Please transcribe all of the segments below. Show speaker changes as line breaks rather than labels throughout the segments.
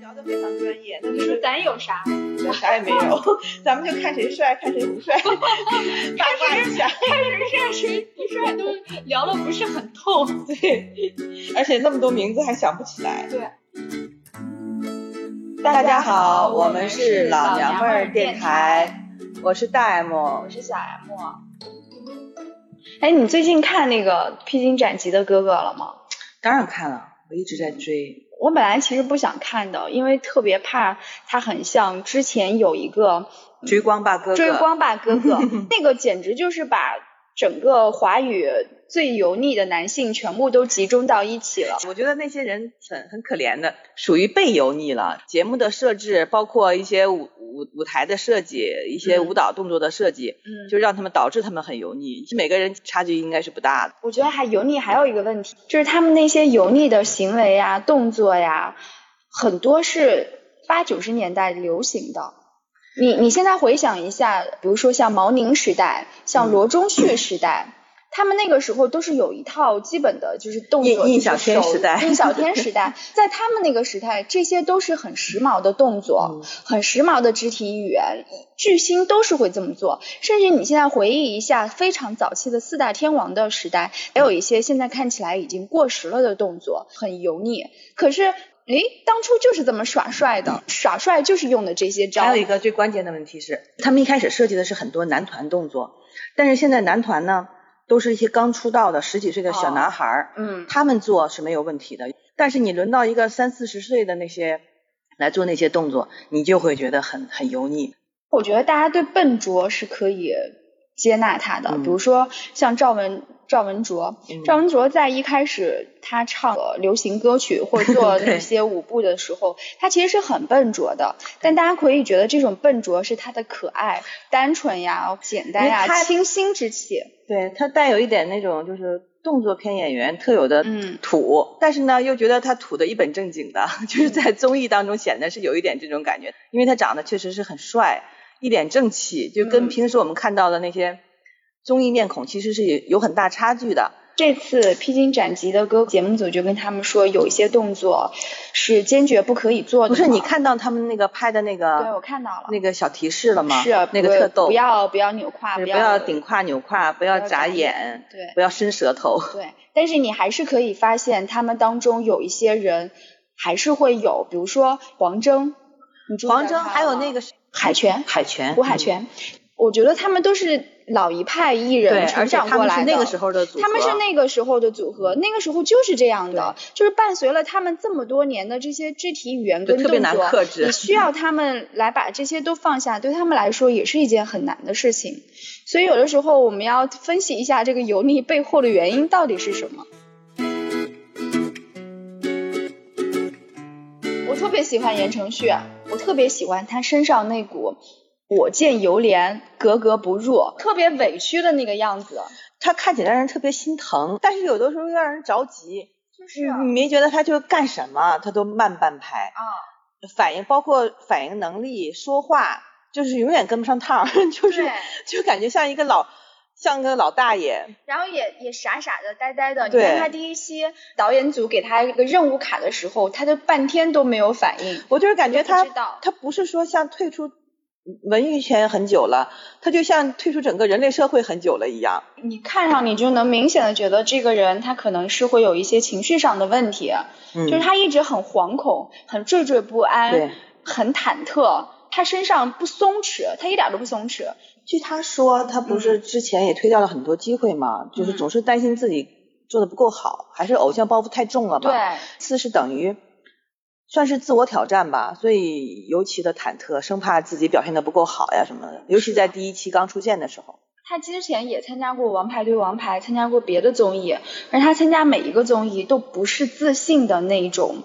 聊的非常专业，那
你
就
说
是
咱有啥？
咱啥也没有， 咱们就看谁帅，看谁不帅， 八卦一下。
开始这谁不帅都聊的不是很透。对，
而且那么多名字还想不起来。
对。
大家好，
我
我
们
们
是
是
老
老娘
娘们
们
儿
儿
电
电
台
台，我是大 M
我。是小 M。哎，你最近看那个《披荆斩棘的哥哥》了吗？
当然看了，我一直在追。
我本来其实不想看的，因为特别怕它很像之前有一个
追光吧哥哥，
追光吧哥 哥，那个简直就是把整个华语最油腻的男性全部都集中到一起了。
我觉得那些人很很可怜的，属于被油腻了。节目的设置，包括一些舞舞舞台的设计，一些
嗯
舞蹈动作的设计，
嗯
就让他们导致他们很油腻。每个人差距应该是不大的。
我觉得还油腻还有一个问题，就是他们那些油腻的行为呀、动作呀，很多是八九十年代流行的。你你现在回想一下，比如说像毛宁时代，像
嗯
罗中旭时代。他们那个时候都是有一套基本的，就是动
印
作。
印
就是
小天
手
时代
印小天 时代，在他们那个时代，这些都是很时髦的动作。
嗯
很时髦的肢体语言，巨星都是会这么做。甚至你现在回忆一下非常早期的四大天王的时代，还有一些现在看起来已经过时了的动作，很油腻。可是，诶，当初就是这么耍帅的，耍帅就是用的这些招。
还有一个最关键的问题是，他们一开始设计的是很多男团动作，但是现在男团呢，都是一些刚出道的十几岁的小男孩儿，
嗯，
他们做是没有问题的。但是你轮到一个三四十岁的那些来做那些动作，你就会觉得很很油腻。
我觉得大家对笨拙是可以接纳他的，
嗯
比如说像赵文。赵文卓，赵文卓在一开始他唱呃流行歌曲或 者做
对
那些舞步的时候，他其实是很笨拙的，但大家可以觉得这种笨拙是他的可爱、单纯呀、简单
因为
呀、
他
清新之气。
对他带有一点那种就是动作片演员特有的
嗯
土，但是呢又觉得他土的一本正经的，就是在
嗯
综艺当中显得是有一点这种感觉，因为他长得确实是很帅，一脸正气，就
嗯
跟平时我们看到的那些综艺面孔其实是有有很大差距的。
这次披荆斩棘的歌节目组就跟他们说，有一些动作是坚决不可以做的
不
嘛。
是你看到他们那个拍的那
对我
个
看到了，
那个小提示了吗？
是啊
那个
不
特逗，
不要不要扭胯，
就是不
要
要顶胯扭胯，不要
不要
眨
眨
眼，
对。
不要伸舌头。
对，但是你还是可以发现，他们当中有一些人还是会有，比如说黄峥，你注意到
黄峥
他
还有
吗
那个
海泉、
海泉，
胡海
嗯
泉，我觉得他们都是老一派艺
对，
人
而
成
且
长
他
过
们
来
是
的。
那个时候的组合，嗯
他们是那个时候的组合，那个时候就是这样的，就是伴随了他们这么多年的这些肢体语言
对
跟
特别
动
难
作，
克制
你。需要他们来把这些都放下，对 他们来说也是一件很难的事情。所以有的时候我们要分析一下这个油腻背后的原因到底是什么。我特别喜欢言承旭，啊我特别喜欢他身上那股我见犹怜、格格不入、特别委屈的那个样子。
他看起来让人特别心疼，但是有的时候又让人着急。
就是
你没觉得他就干什么他都慢半拍
啊，
反应包括反应能力、说话，就是永远跟不上趟儿， 就是就感觉像一个老像个老大爷。
然后也也傻傻的、呆呆的。你
对
看他第一期导演组给他一个任务卡的时候，他就半天都没有反应。
我就是感觉
都不
他
知道
他不是说像退出文娱圈很久了，他就像退出整个人类社会很久了一样。
你看上你就能明显的觉得这个人他可能是会有一些情绪上的问题，
嗯
就是他一直很惶恐、很惴惴不安
对、
很忐忑，他身上不松弛，他一点都不松弛。
据他说，他不
嗯
是之前也推掉了很多机会嘛，就是总是担心自己做的不够好，还是偶像包袱太重了吧？
对，，
次是等于算是自我挑战吧，所以尤其的忐忑，生怕自己表现的不够好呀什么的，尤其在第一期刚出现的时候。
他之前也参加过《王牌对王牌》，参加过别的综艺，而他参加每一个综艺都不是自信的那一种，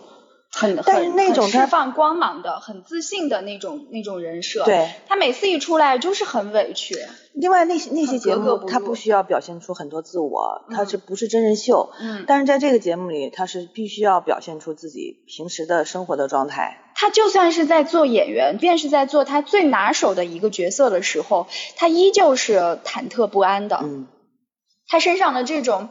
很很
但是那种
很
他
释放光芒的、很自信的那种那种人设。，
对，
他每次一出来就是很委屈。
另外那些那些
很
节
格格
目
不入
他不需要表现出很多自我，他
嗯
是不是真人秀？
嗯，
但是在这个节目里，他是必须要表现出自己平时的生活的状态。
他就算是在做演员，便是在做他最拿手的一个角色的时候，他依旧是忐忑不安的。
嗯，
他身上的这种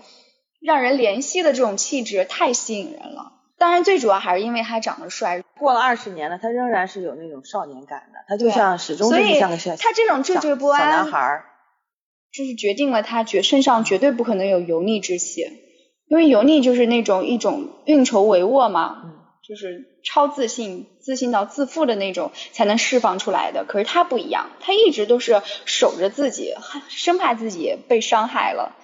让人怜惜的这种气质太吸引人了。当然，最主要还是因为他长得帅，
过了二十年了，他仍然是有那种少年感的，他就
对
像始终
所
就
以
是像个小
他这种惴惴不
小
安
男孩儿。
就是决定了他绝身上绝对不可能有油腻之气，因为油腻就是那种一种运筹帷幄嘛，
嗯
就是超自信、自信到自负的那种才能释放出来的。可是他不一样，他一直都是守着自己，生怕自己被伤害了，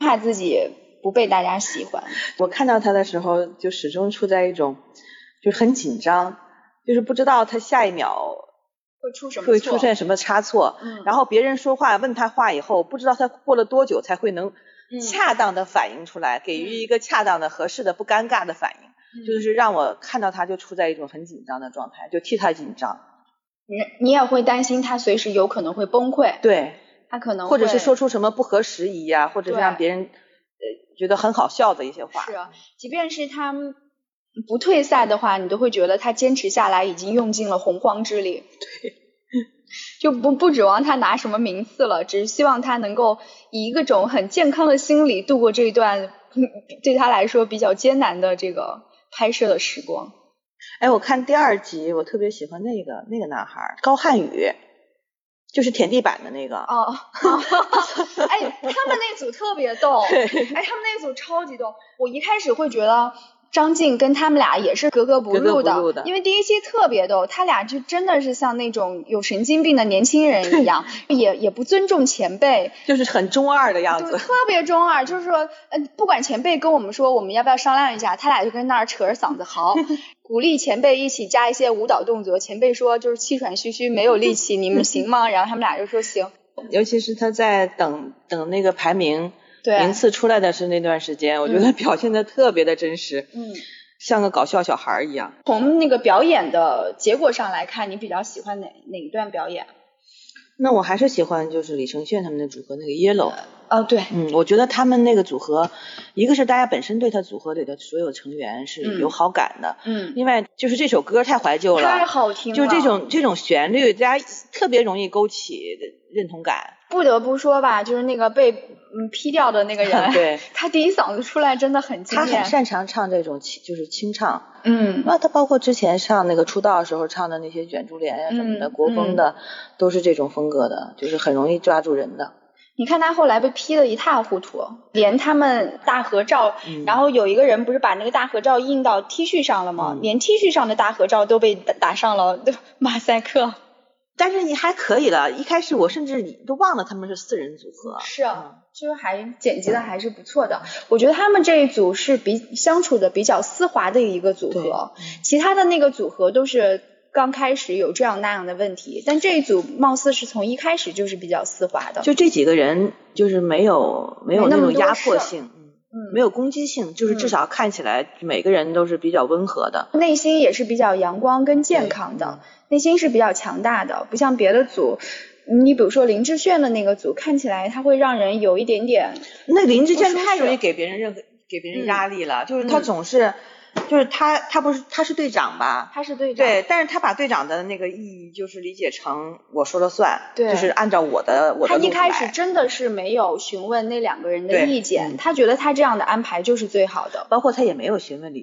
怕自己不被大家喜欢。
我看到他的时候，就始终处在一种就是很紧张，就是不知道他下一秒
会出什么错？
会出现什么差错。
嗯，
然后别人说话问他话以后，不知道他过了多久才会能
嗯
恰当的反应出来，给予一个恰当的、合适的、不尴尬的反应。
嗯
就是让我看到他就处在一种很紧张的状态，就替他紧张。
你你也会担心他随时有可能会崩溃，
对，
他可能
或者
会
是说出什么不合时宜呀、或者是
对
让别人呃觉得很好笑的一些话。
是啊，即便是他们不退赛的话，你都会觉得他坚持下来已经用尽了洪荒之 力。对，就不不指望他拿什么名次了，只是希望他能够以一个种很健康的心理度过这一段嗯对他来说比较艰难的这个拍摄的时光。
哎，我看第二集，我特别喜欢那个那个男孩儿高瀚宇，就是田地板的那个。
哦， 哎，他们那组特别 逗，哎，他们那组超级逗。我一开始会觉得张晋跟他们俩也是格格不入的，
格格不入的
因为第一期特别逗，他俩就真的是像那种有神经病的年轻人一 样，也也不尊重前辈，
就是很中二的样
就
子。
特别中二，就是说，呃，不管前辈跟我们说我们要不要商量一下，他俩就跟那儿扯着嗓 子嚎，鼓励前辈一起加一些舞蹈动作。前辈说就是气喘吁吁，没有力气，你们 行吗？然后他们俩就说行。
尤其是他在等等那个排名
对，
名次出来的是那段时间，我觉
嗯
得表现的特别的真实，
嗯。
像个搞笑小孩儿一样。
从那个表演的结果上来看，你比较喜欢哪哪一段表演？
那我还是喜欢就是李承铉他们的组合那个 Yellow，
哦，对，
嗯，我觉得他们那个组合，一个是大家本身对他组合里的所有成员是有
嗯
好感的，
嗯，
另外就是这首歌太怀旧
太
了，
好听了，
就这种这种旋律，大家特别容易勾起认同感。
不得不说吧，就是那个被嗯劈掉的那个人，
对，
他第一嗓子出来真的很惊
他很
艳，
擅长唱这种清就是清唱，
嗯
那他包括之前上那个出道的时候唱的那些卷珠帘呀啊什么的，
嗯
国风的、都是这种风格的，就是很容易抓住人的。
你看他后来被批得一塌糊涂，连他们大合照，
嗯
然后有一个人不是把那个大合照印到 T 恤上了吗？
嗯
连 T 恤上的大合照都被打打上了 马赛克，
但是你还可以了，一开始我甚至都忘了他们是四人组合。
是啊
嗯
就是还剪辑的还是不错的。我觉得他们这一组是比相处的比较丝滑的一个组
对，
合，其他的那个组合都是刚开始有这样那样的问题，但这一组貌似是从一开始就是比较丝滑的。
就这几个人就是没有没有
没那
那
么
种
多
压迫
事儿
性，嗯
嗯
没有攻击性，就是
嗯
至少看起来每个人都是比较温和的。
内心也是比较阳光跟健康的，内心是比较强大的，不像别的组。你比如说林志炫的那个组，看起来他会让人有一点点，
那林志炫
不舒
太容易
适
给别人任何给别
嗯
人压力了，就是他
嗯
总是，就是他他不是他是队长吧？
他是队长，
对，但是他把队长的那个意义就是理解成我说了算，
对
就是按照我的我的
他
路
一
子
开
来
始真的是没有询问那两个人的
对
意见，
嗯
他觉得他这样的安排就是最好的。
包括他也没有询问李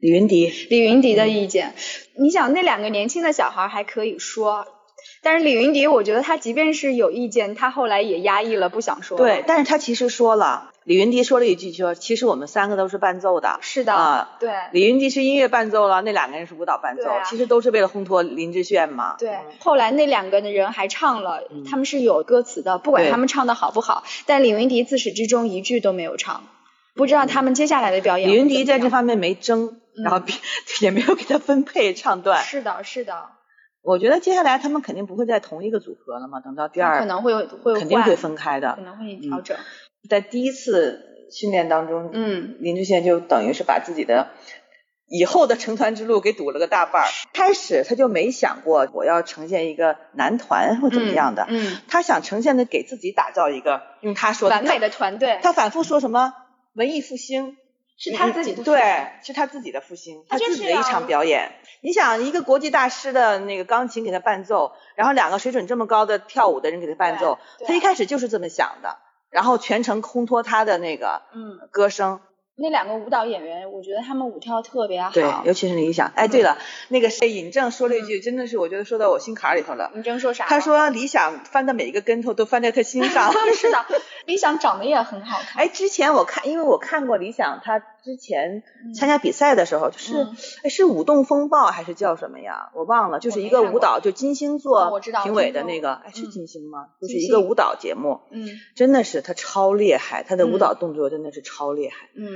李云迪，
李云迪
嗯
的意见，你想那两个年轻的小孩还可以说，但是李云迪，我觉得他即便是有意见，他后来也压抑了，不想说。
对，，但是他其实说了，李云迪说了一句说，其实我们三个都是伴奏的，
是的，
啊
对。
李云迪是音乐伴奏了，那两个人是舞蹈伴奏，
对啊
其实都是为了烘托林志炫嘛。
对，后来那两个人还唱了，他们是有歌词的，不管
嗯对
他们唱的好不好，但李云迪自始至终一句都没有唱，不知道他们接下来的表
嗯
演
李
会怎么样。
云迪在这方面没争，
嗯
然后别 也没有给他分配唱段。
是的，是的，
我觉得接下来他们肯定不会在同一个组合了嘛，等到第
他
二
可能会会
肯定
换
会分开
可
的。
能会调整。
在第一次训练当中，
嗯，
林志炫就等于是把自己的以后的成团之路给堵了个大半儿。开始他就没想过我要呈现一个男团或怎么样的，
嗯，嗯
他想呈现的给自己打造一个，用他说的
完美的团队
他反复说什么文艺复兴，
是他自己的
嗯对，是他自己的复兴，他
他就
自
是啊
己的一
要
场表演。你想，一个国际大师的那个钢琴给他伴奏，然后两个水准这么高的跳舞的人给他伴奏
对，对
他一开始就是这么想的，然后全程烘托他的那个
嗯。
歌声。
那两个舞蹈演员，我觉得他们舞跳特别好。
对，尤其是李想。哎，对
嗯
了，那个谁尹正说了一句，真的是我觉得说到我心坎儿里头了。
你真说啥？
他说李想翻的每一个跟头都翻在他心 上。
是的，李想长得也很好 看。
哎，之前我看，因为我看过李想，他之前参加比赛的时候，就是
嗯
哎是舞动风暴还是叫什么呀？我忘了，就是一个
我没看过
舞蹈，就金星
哦
做
我知道
评委的那个，哎是
金星嗯
金星吗？就
金
是一
星
个舞蹈节目，
嗯
真的是他超厉害，他的舞
嗯
蹈动作真的是超厉害，
嗯，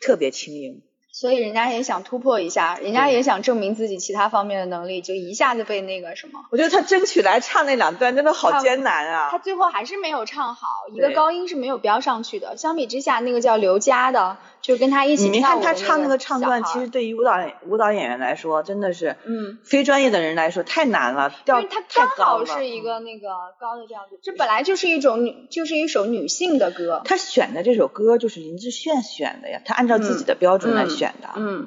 特别轻盈。
所以人家也想突破一下，人家也想证明自己其他方面的能力，就一下子被那个什么。
我觉得他争取来唱那两段真的好
唱
艰难啊！
他最后还是没有唱好，一个
对
高音是没有飙上去的。相比之下，那个叫刘佳的，就跟他一起
你没看
跳舞的
他唱那
个
个唱
小
段，
孩
其
儿
实对于舞蹈演舞蹈演员来说，真的是，
嗯，
非专业的人来说太难了，
因
调
为他
太
刚
高
好
了
是
嗯
一个那个高的调子，这本来就是一种女，就是一首女性的歌。
他选的这首歌就是林志炫选的呀，他按照自己的标准来选的。
嗯。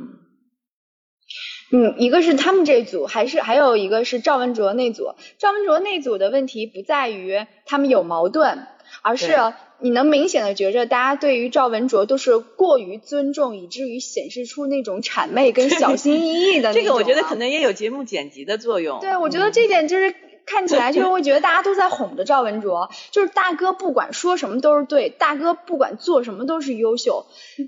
嗯，一个是他们这组，还是还有一个是赵文卓那组。赵文卓那组的问题不在于他们有矛盾，而是
对
你能明显的觉着大家对于赵文卓都是过于尊重，以至于显示出那种谄媚跟小心翼 翼的那种啊、
这个我觉得可能也有节目剪辑的作用。嗯
对，我觉得这点就是看起来就会觉得大家都在哄着赵文卓，就是大哥不管说什么都是对，大哥不管做什么都是 优秀，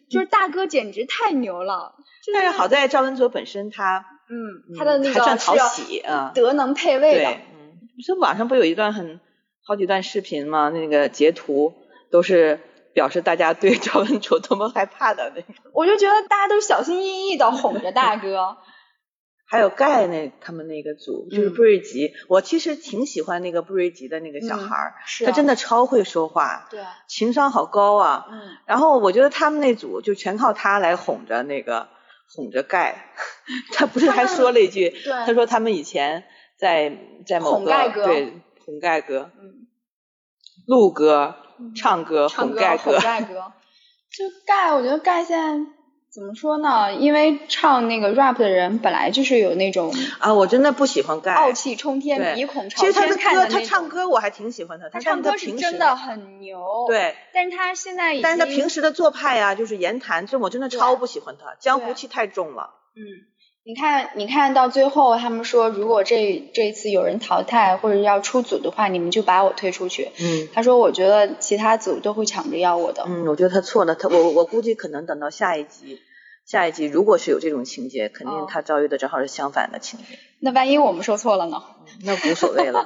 就是大哥简直太牛了。
嗯但是好在赵文卓本身他
嗯，
嗯
他的那
还算
个
讨
是
喜啊，
德能配位的
对，，嗯，这网上不有一段很好几段视频吗？那个截图都是表示大家对赵文卓多么害怕的那个。
我就觉得大家都小心翼翼的哄着大 哥。
还有盖那他们那个组，就是
嗯
布瑞吉，我其实挺喜欢那个布瑞吉的那个小孩儿，
嗯是
他真
的
的超会说话，
对啊，
情商好高啊。
嗯，
然后我觉得他们那组就全靠他来哄着那个哄着盖，他不是还说了一句，
对，
他说他们以前在在某个
哄盖哥
对哄盖哥、
嗯
陆哥
嗯
唱歌
唱
哄
歌
盖
哄
哥，
盖哥， 就盖，我觉得盖现在怎么说呢？因为唱那个 rap 的人本来就是有那种
啊，我真的不喜欢
傲
盖。
气冲天、
对
鼻孔哦朝
其实他
天
的
看的
歌，
那种。
他唱，歌我还挺喜欢他，
他
但
唱歌
平时
是真的很牛。，
对，
但是他现在已经，
但是他平时的做派啊，就是言谈，这我真的超不喜欢他，江湖气太重了。
嗯，你看，你看到最后，他们说如果这这一次有人淘汰或者要出组的话，你们就把我推出去。
嗯
他说，我觉得其他组都会抢着要我的。
嗯，我觉得他错了，他我我估计可能等到下一集，下一集如果是有这种情节，肯定
哦
他遭遇的正好是相反的情节，
那万一我们说错了呢？
那无所谓 了。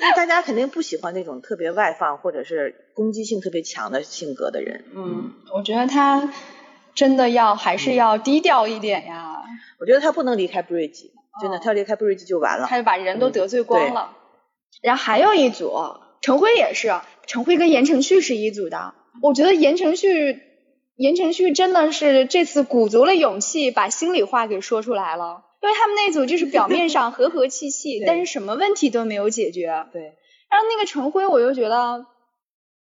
因为大家肯定不喜欢那种特别外放或者是攻击性特别强的性格的人。
嗯，我觉得他真的要还是要低调一点呀，
我觉得他不能离开布瑞吉，真的，
哦
他要离开布瑞吉就完了
他。就把人都
嗯
得罪光了。然后还有一组，陈辉也是，陈辉跟言承旭是一组的。
嗯
我觉得言承旭，言承旭真的是这次鼓足了勇气，把心里话给说出来了。因为他们那组就是表面上和和气 气，
对
但是什么问题都没有解决。然
对
后那个陈辉，我就觉得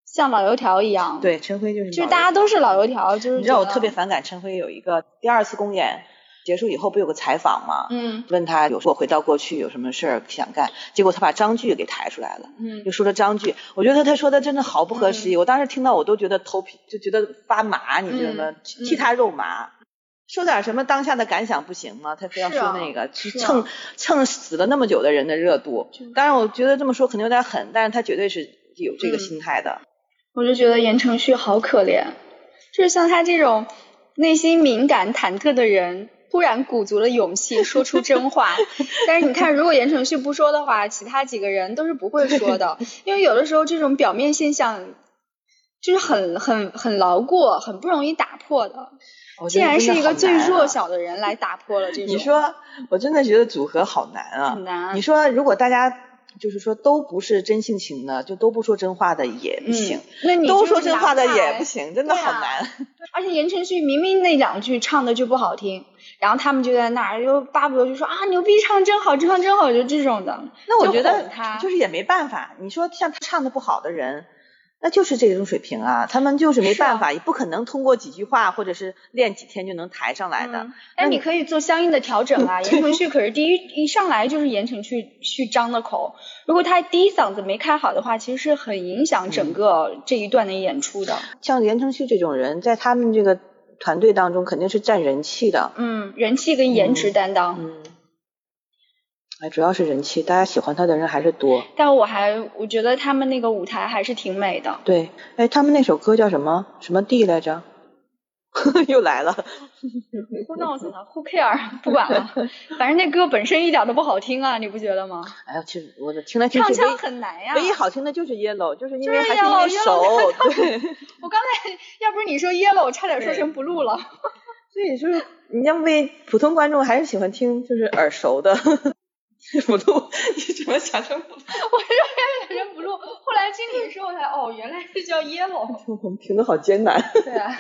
像老油条一样，，
对，陈辉就是
就是
老
大
人
家都是老油条，就是
你知道我
觉得
特别，反感陈辉有一个第二次公演结束以后不有个采访吗？
嗯
问他有说回到过去有什么事儿想干，结果他把张炬给抬出来了，
嗯
就，说了张炬，我觉得他说的真的毫不合时宜，我当时听到我都觉得头皮就觉得发麻，你知道吗？
嗯
替他肉麻。说点什么当下的感想不行吗？他非要
是啊
说那个，去
是啊
蹭、蹭死了那么久的人的热度
就是。
当然，我觉得这么说可能有点狠，但是他绝对是有这个
嗯
心态的。
我就觉得言承旭好可怜，就是像他这种内心敏感、忐忑的人，突然鼓足了勇气说出 真话。但是你看，如果言承旭不说的话，其他几个人都是不会说的，因为有的时候这种表面现象就是很很很牢固、很不容易打破的。
我觉
竟
得
然
真
是
的
一个
好
最
难啊
弱小的人来打破了这种，
你说，我真的觉得组合好难啊！
很难
你说，如果大家就是说都不是真性情的，就都不说真话的也不
嗯
行，，
那你
都
就是
说真话的
拿不下
也
来
不行，真的
对
好
啊
难。
而且言承旭明明那两句唱的就不好听，然后他们就在那儿就巴不得就说啊牛逼唱得真好，唱得真好，就这种的。
那我
就
觉
哄
得
他
就是也没办法。你说像他唱的不好的人。那就是这种水平啊，他们就是没
是啊
办法，也不可能通过几句话或者是练几天就能抬上来的。
嗯，但你可以做相应的调整啊。言承旭可是第一一上来就是言承旭去张的口，如果他第一嗓子没开好的话，其实是很影响整个这一段的演出的。
像言承旭这种人，在他们这个团队当中肯定是占人气的。
嗯，人气跟颜值担当。
嗯，哎，主要是人气，大家喜欢他的人还是多。
但我还我觉得他们那个舞台还是挺美的。
对，哎，他们那首歌叫什么什么地来着？ 又来了，
Who knows 呢？Who care？不管了，反正那歌本身一点都不好听啊，你不觉得吗？
哎呀，其实我的听来听
唱
去唯
腔
一，
很难呀。
唯一好听的就是 Yellow，就是因
就
为
是
还是因
Yellow，
为
Yellow
熟，对，
我刚才要不是你说 yellow，我差点说
对
成 blue 了。
所以就是人家为普通观众还是喜欢听就是耳熟的。不录，你怎么想成不录？
我说差点成 blue，后来经理说我才哦，原来是叫 yellow。
我 们评的好艰难。
对啊，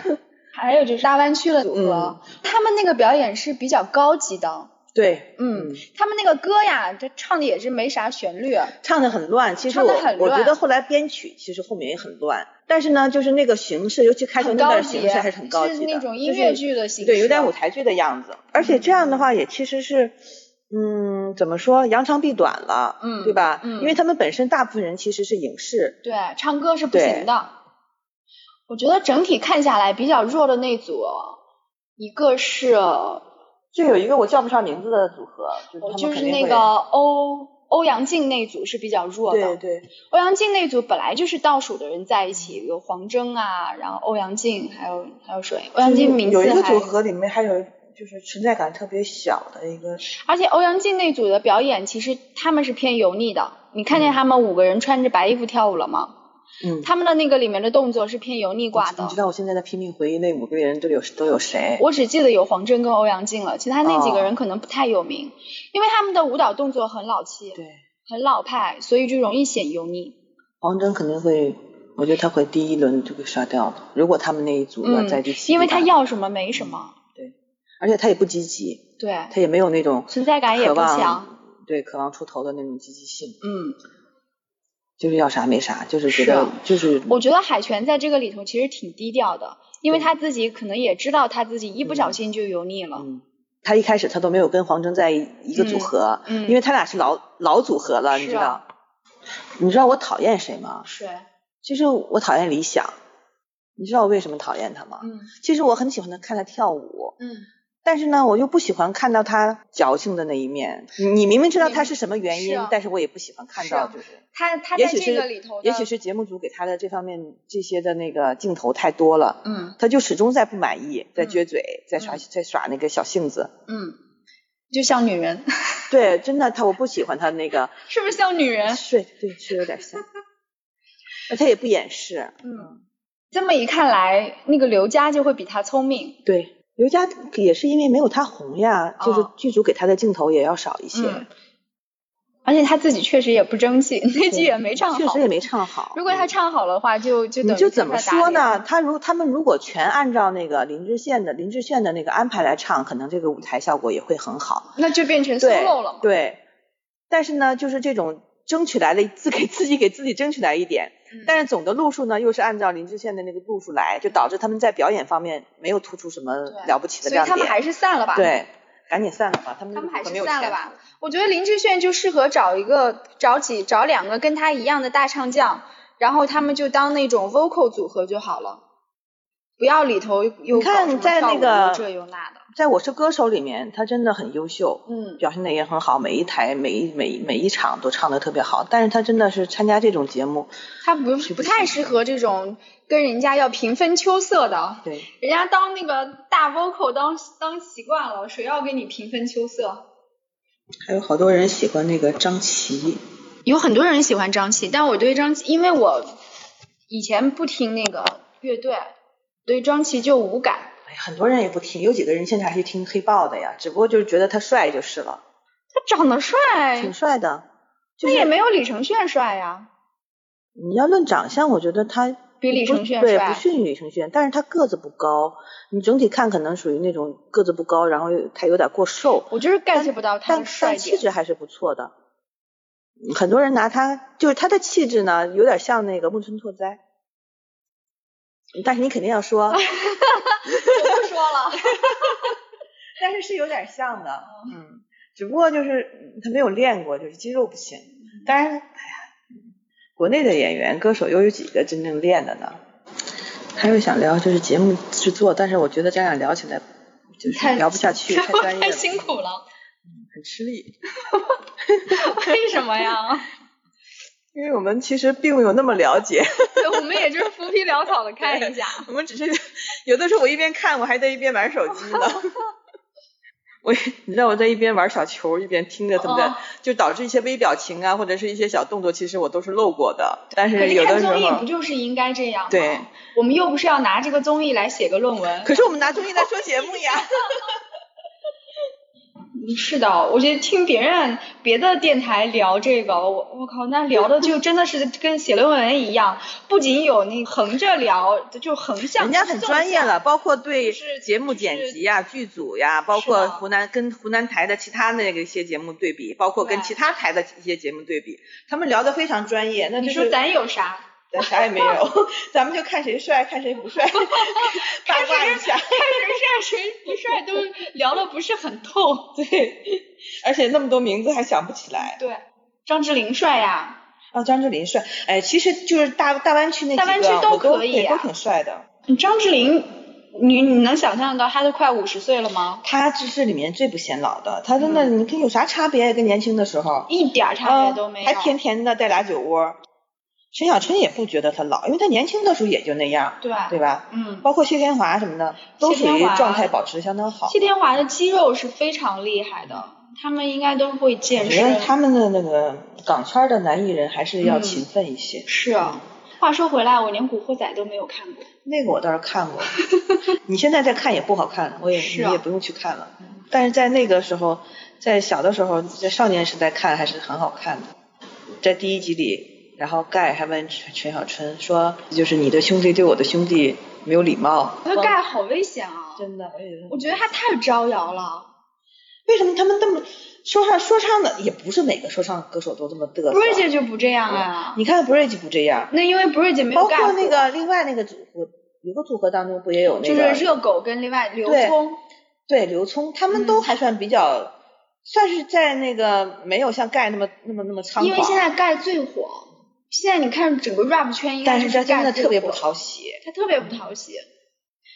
还有就是大湾区的组合，
嗯
他们那个表演是比较高级的。
对，
嗯，他们那个歌呀，这唱的也是没啥旋律，
唱的很乱，其实
唱
我
得很
我觉
乱
得后来编曲其实后面也很乱，但是呢，就是那个形式，尤其开头
很
那
高
段
级，
形式还是很高级的，
那种音
就
乐
是
剧的形式，
对，有点舞台剧的样子。而且这样的话也其实是，嗯，怎么说，扬长避短了，
嗯
对吧？
嗯
因为他们本身大部分人其实是影视，
对，唱歌是不行的。我觉得整体看下来比较弱的那组，一个是
就有一个我叫不上名字的组合，就是他
哦
们
就是
肯定
那
会
个欧欧阳靖那组是比较弱
对
的。
对，
欧阳靖那组本来就是倒数的人在一起，有黄征啊，然后欧阳靖，还有还有谁？欧阳靖名字
有一个
还
组，合里面还有就是存在感特别小的一个，
而且欧阳靖那组的表演其实他们是偏油腻的。你看见他们五个人穿着白衣服跳舞了吗？
嗯，
他们的那个里面的动作是偏油腻挂的。
你知道我现在在拼命回忆那五个人都有都有谁？
我只记得有黄真跟欧阳靖了，其他那几个
哦
人可能不太有名，因为他们的舞蹈动作很老气，
对，
很老派，所以就容易显油腻。
黄真肯定会，我觉得他会第一轮就被刷掉了。如果他们那一组要
嗯
在第，七、
因为他，要什么没什么，
而且他也不积极，
对，
他也没有那种
存在感也
渴
不
望
强。
对渴望出头的那种积极性，
嗯，
就是要啥没啥，就是觉
是
得
啊
就是
我觉得海泉在这个里头其实挺低调的，因为
对
他自己可能也知道他自己一不小
嗯
心就油腻了。
嗯，他一开始他都没有跟黄征在一一个组合，
嗯，
因为他俩是老老组合了，你
是
知道
啊？
你知道我讨厌谁吗？
是，
其实我讨厌李想，你知道我为什么讨厌他吗？
嗯
其实我很喜欢他看他跳舞，
嗯，
但是呢，我又不喜欢看到他矫情的那一面。你你明明知道
明
他是什么原
是
因，
啊
但是我也不喜欢看
是啊
到，就是
他他
也
在
许
这
是
个里头的，
也许是节目组给他的这方面这些的那个镜头太多了，
嗯
他就始终在不满意，在
嗯
撅嘴，在耍在耍那个小性子。
嗯，就像女人，
对，真的他我不喜欢他那个，
是不是像女人？
对对是有点像， 而他也不掩饰。
嗯，这么一看来，那个刘佳就会比他聪明。
对，刘佳也是因为没有他红呀，就是
哦
剧组给他的镜头也要少一些，
嗯，而且他自己确实也不争气，那句
对
也没唱好。
确实也没唱好。嗯
如果他唱好了的话，就就
你
等于
就
向
怎么
他打
说呢？
脸？
他如他们如果全按照那个林志炫的林志炫的那个安排来唱，可能这个舞台效果也会很好。
那就变成
对
solo 了嘛。
对，但是呢，就是这种争取来的自给自己给自己争取来一点，
嗯
但是总的路数呢又是按照林志炫的那个路数来，就导致他们在表演方面没有突出什么
对
了不起的
所以
亮
他们
点。
还是散了吧。，
对，赶紧散了吧，他们
他们还
可
是
没有
散了
前
吧
途。
我觉得林志炫就适合找一个找几找两个跟他一样的大唱将，然后他们就当那种 vocal 组合就好了。不要里头又
你看
搞什么
在
跳
那
舞啊
个
又这又那的，
在《我是歌手》里面，他真的很优秀。
嗯，
表现的也很好，每一台每一每一每一场都唱的特别好，但是他真的是参加这种节目，
他不
是不
不太
是
适合这种跟人家要平分秋色的，
对，
人家当那个大 vocal 当当习惯了，谁要跟你平分秋色？
还有好多人喜欢那个张琪，
有很多人喜欢张琪，但我对张琪，因为我以前不听那个乐队，对张琪就无感。
哎，很多人也不听，有几个人现在还是听黑豹的呀，只不过就是觉得他帅就是了，
他长得帅
挺，帅的。
他
就是
哎也没有李承铉帅呀、
你要论长相，我觉得他
比李
不
承铉
对
帅
不逊李承铉，但是他个子不高，你整体看可能属于那种个子不高，然后又他有点过瘦，
我就是 get 不到他
但
的帅
但气
点。
质还是不错的。嗯很多人拿他就是他的气质呢，有点像那个木村拓哉，但是你肯定要说，
我不说了，
但是是有点像的，嗯，只不过就是嗯他没有练过，就是肌肉不行。当然，哎呀，国内的演员歌手又有几个真正练的呢？还有想聊就是节目制作，但是我觉得咱俩聊起来就是
太
聊不下去，太专业
太
了，
辛苦了，
很吃力。
为什么呀？
因为我们其实并没有那么了解，
对，我们也就是浮皮潦草的看 一下。
我们只是有的时候我一边看我还在一边玩手机呢。 我你知道我在一边玩小球一边听着他们的，
哦
就导致一些微表情啊或者是一些小动作，其实我都是漏过的。但
可
是
是
有的
看
时
综艺
候
不，就是应该这样吗？
对，
我们又不是要拿这个综艺来写个论文。
可是我们拿综艺来说节目 呀。
嗯是的，我觉得听别人别的电台聊这个，我我靠，那聊的就真的是跟写论文一样，不仅有那横着聊，就横向，
人家很专业了，，包括对
就是
节目剪辑呀、剧组呀，包括
是的
湖南跟湖南台的其他那个一些节目对比，包括跟
对
其他台的一些节目对比，他们聊得非常专业。那就
你
是
说咱有啥？
咱啥也没 有，咱们就看谁帅，看谁不帅，八卦一下。
看谁帅谁不帅都聊的不是很透。
对，而且那么多名字还想不起来。
对，张智霖帅呀，
啊，张智霖帅，哎，其实就是大大湾区那几个，
大湾区
我
都
都
可以
对
啊
都挺帅的。
张智霖，你你能想象到他都快五十岁了吗？
他这是里面最不显老的，他真的，你看有啥差别？跟年轻的时候，
嗯
哦
一点儿差别都没有。
还甜甜的带俩酒窝。陈小春也不觉得他老，因为他年轻的时候也就那样，
对
对吧？
嗯，
包括谢天华什么的，都属
谢
于
天华
状态保持相当好。
谢天华的肌肉是非常厉害的，他们应该都会
我
健
觉得
身。
他们的那个港圈的男艺人还是要
嗯
勤奋一些。
是。话说回来，我连《古惑仔》都没有看过。
那个我倒是看过， 你现在再看也不好看了，我也、
是啊
你也不用去看了。但是在那个时候，在小的时候，在少年时代看还是很好看的。在第一集里，然后盖还问陈陈小春说：“就是你的兄弟对我的兄弟没有礼貌。
他盖好危险啊！
真的，我也觉得
我觉得他太招摇了。
为什么他们那么说唱说唱的也不是每个说唱歌手都这么嘚瑟。
Bridge 就不这样啊。
你看 Bridge 不这样，
那因为 Bridge 没有
包
盖
括
过
那个另外那个组合，有个组合当中不也有那
就
个
是热狗跟另外刘
对
聪，
对，刘聪他们都
嗯
还算比较，算是在那个没有像盖那么那么那么猖狂，
因为现在盖最火。现在你看整个 rap 圈应该
但
就是
他真
盖
的
最
特别
火
不讨喜。
他特别不讨喜。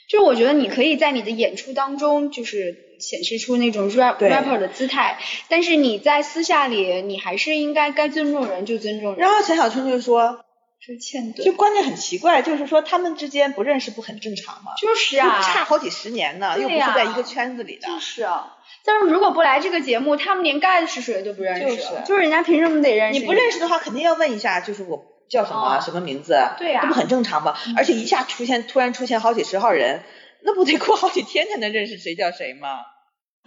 就是我觉得你可以在你的演出当中，就是显示出那种 rap
对
rapper 的姿态，但是你在私下里，你还是应该该尊重人就尊重人，
然后陈小春就说，
是欠怼。
就关键很奇怪，就是说他们之间不认识不很正常吗？
就是
又
啊，
差好几十年呢，
对
又不是在
呀
一个圈子里的。
就是啊。但是如果不来这个节目，他们连盖子是谁都不认识，
就是
就是人家凭什么得认识？
你不认识的话，肯定要问一下，就是我叫什么、
哦
什么名字，
对呀嗯
这不很正常吗？而且一下出现突然出现好几十号人，那不得过好几天才能认识谁叫谁吗？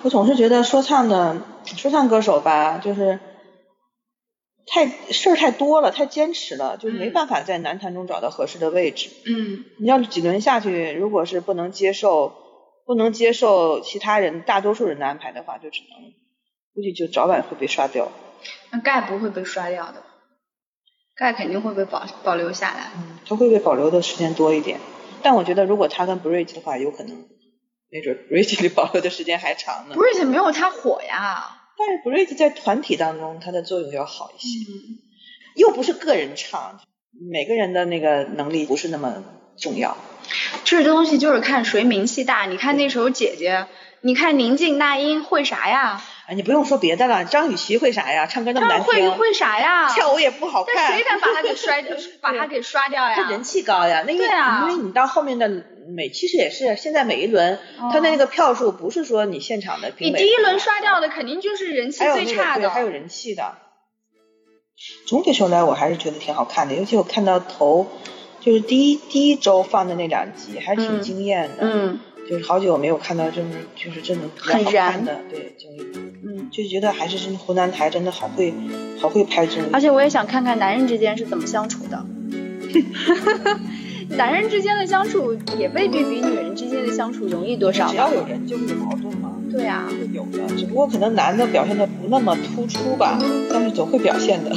我总是觉得说唱的说唱歌手吧，就是太事儿太多了，太坚持了，就是没
嗯
办法在男团中找到合适的位置。
嗯，
你要几轮下去，如果是不能接受，不能接受其他人大多数人的安排的话，就只能估计就早晚会被刷掉。
那盖不会被刷掉的，盖肯定会被保保留下来。
嗯，他会被保留的时间多一点。但我觉得如果他跟 Bridge 的话，有可能没 准 Bridge 里保留的时间还长呢。
不是，没有他火呀。
但是 Bridge 在团体当中，它的作用要好一些，
嗯。
又不是个人唱，每个人的那个能力不是那么重要。
这东西就是看谁名气大。你看那时候姐姐，你看宁静、那英会啥呀？
啊，你不用说别的了，张雨绮会啥呀？唱歌那么难
张慧
听，
宇会啥呀？
跳舞也不好
但
看
谁，敢把 她给摔，把她给刷掉
他人
呀？
气高呀。那因为、
对啊
因为你到后面的每其实也是，现在每一轮、他那个票数不是说你现场的
哦你
评委，
第一轮刷掉的肯定就是人气
啊还有
最
那
差
个对，
的。
还有人气的。总体说来，我还是觉得挺好看的，尤其我看到头，就是第一第一周放的那两集，还是挺
嗯
惊艳的。，
嗯
就是好久没有看到这么就是这么比较
很
好
燃
看的，对，综艺，
嗯，
就觉得还是真的湖南台真的好会好会拍综艺
而。且我也想看看男人之间是怎么相处的。 男人之间的相处也未必比女人之间的相处容易多少
只。要有人就会有矛盾嘛，
对啊，
会有的，只不过可能男的表现的不那么突出吧，但是总会表现的。